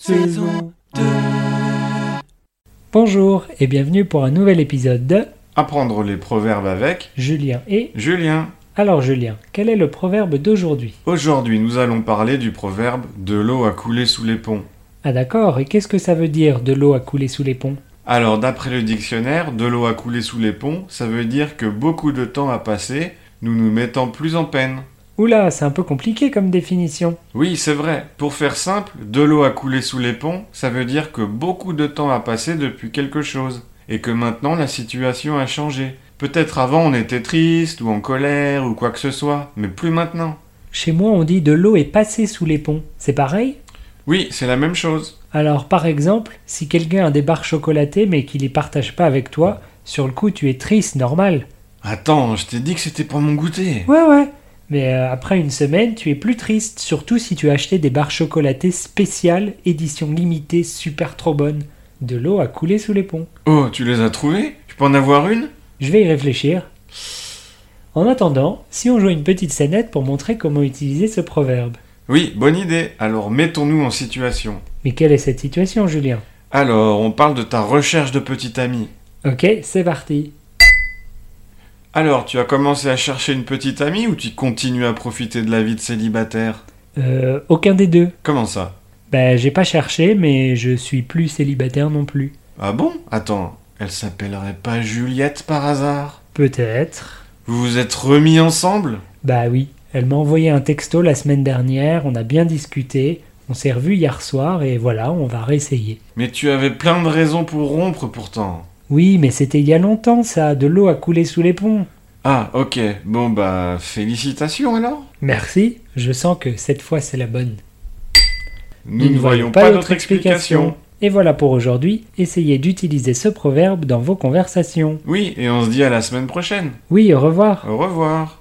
saison 2. Bonjour et bienvenue pour un nouvel épisode de Apprendre les proverbes avec Julien et... Julien. Alors Julien, quel est le proverbe d'aujourd'hui Aujourd'hui, nous allons parler du proverbe de l'eau a coulé sous les ponts. Ah d'accord, et qu'est-ce que ça veut dire de l'eau à couler sous les ponts Alors, d'après le dictionnaire, de l'eau a coulé sous les ponts, ça veut dire que beaucoup de temps a passé, nous nous mettons plus en peine. Oula, c'est un peu compliqué comme définition. Oui, c'est vrai. Pour faire simple, de l'eau a coulé sous les ponts, ça veut dire que beaucoup de temps a passé depuis quelque chose, et que maintenant la situation a changé. Peut-être avant on était triste, ou en colère, ou quoi que ce soit, mais plus maintenant. Chez moi on dit de l'eau est passée sous les ponts, c'est pareil Oui, c'est la même chose. Alors par exemple, si quelqu'un a des barres chocolatées mais qu'il les partage pas avec toi, sur le coup tu es triste, normal. Attends, je t'ai dit que c'était pour mon goûter. Ouais ouais, mais euh, après une semaine, tu es plus triste, surtout si tu as acheté des barres chocolatées spéciales, édition limitée, super trop bonne. De l'eau a coulé sous les ponts. Oh, tu les as trouvés Je peux en avoir une Je vais y réfléchir. En attendant, si on joue une petite scénette pour montrer comment utiliser ce proverbe. Oui, bonne idée. Alors mettons-nous en situation. Mais quelle est cette situation, Julien Alors, on parle de ta recherche de petit ami. Ok, c'est parti. Alors, tu as commencé à chercher une petite amie ou tu continues à profiter de la vie de célibataire Euh, aucun des deux. Comment ça Ben, j'ai pas cherché, mais je suis plus célibataire non plus. Ah bon Attends, elle s'appellerait pas Juliette par hasard Peut-être. Vous vous êtes remis ensemble Bah oui, elle m'a envoyé un texto la semaine dernière, on a bien discuté, on s'est revu hier soir et voilà, on va réessayer. Mais tu avais plein de raisons pour rompre pourtant. Oui, mais c'était il y a longtemps ça, de l'eau a coulé sous les ponts. Ah, ok. Bon bah, félicitations alors. Merci, je sens que cette fois c'est la bonne. Nous ne voyons pas d'autre explication. Et voilà pour aujourd'hui, essayez d'utiliser ce proverbe dans vos conversations. Oui, et on se dit à la semaine prochaine. Oui, au revoir. Au revoir.